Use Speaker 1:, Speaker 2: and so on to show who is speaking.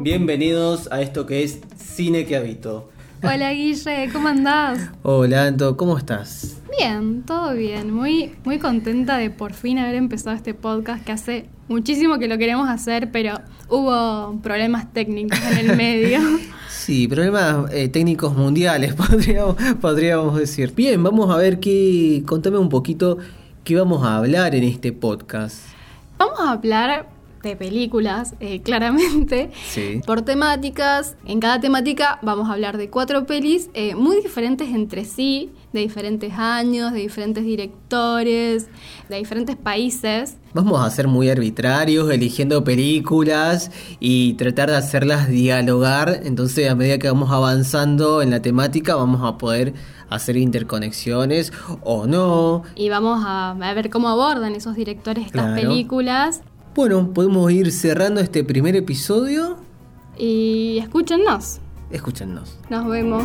Speaker 1: Bienvenidos a esto que es Cine que Habito.
Speaker 2: Hola Guille, ¿cómo andás?
Speaker 1: Hola, Anto, ¿cómo estás?
Speaker 2: Bien, todo bien. Muy, muy contenta de por fin haber empezado este podcast que hace muchísimo que lo queremos hacer, pero hubo problemas técnicos en el medio.
Speaker 1: Sí, problemas eh, técnicos mundiales, podríamos, podríamos decir. Bien, vamos a ver qué. Contame un poquito qué vamos a hablar en este podcast.
Speaker 2: Vamos a hablar de películas, eh, claramente.
Speaker 1: Sí.
Speaker 2: Por temáticas, en cada temática vamos a hablar de cuatro pelis eh, muy diferentes entre sí, de diferentes años, de diferentes directores, de diferentes países.
Speaker 1: Vamos a ser muy arbitrarios, eligiendo películas y tratar de hacerlas dialogar. Entonces, a medida que vamos avanzando en la temática, vamos a poder hacer interconexiones o no.
Speaker 2: Y vamos a, a ver cómo abordan esos directores estas
Speaker 1: Claro.
Speaker 2: películas.
Speaker 1: Bueno, podemos ir cerrando este primer episodio.
Speaker 2: Y escúchennos.
Speaker 1: Escúchennos.
Speaker 2: Nos vemos.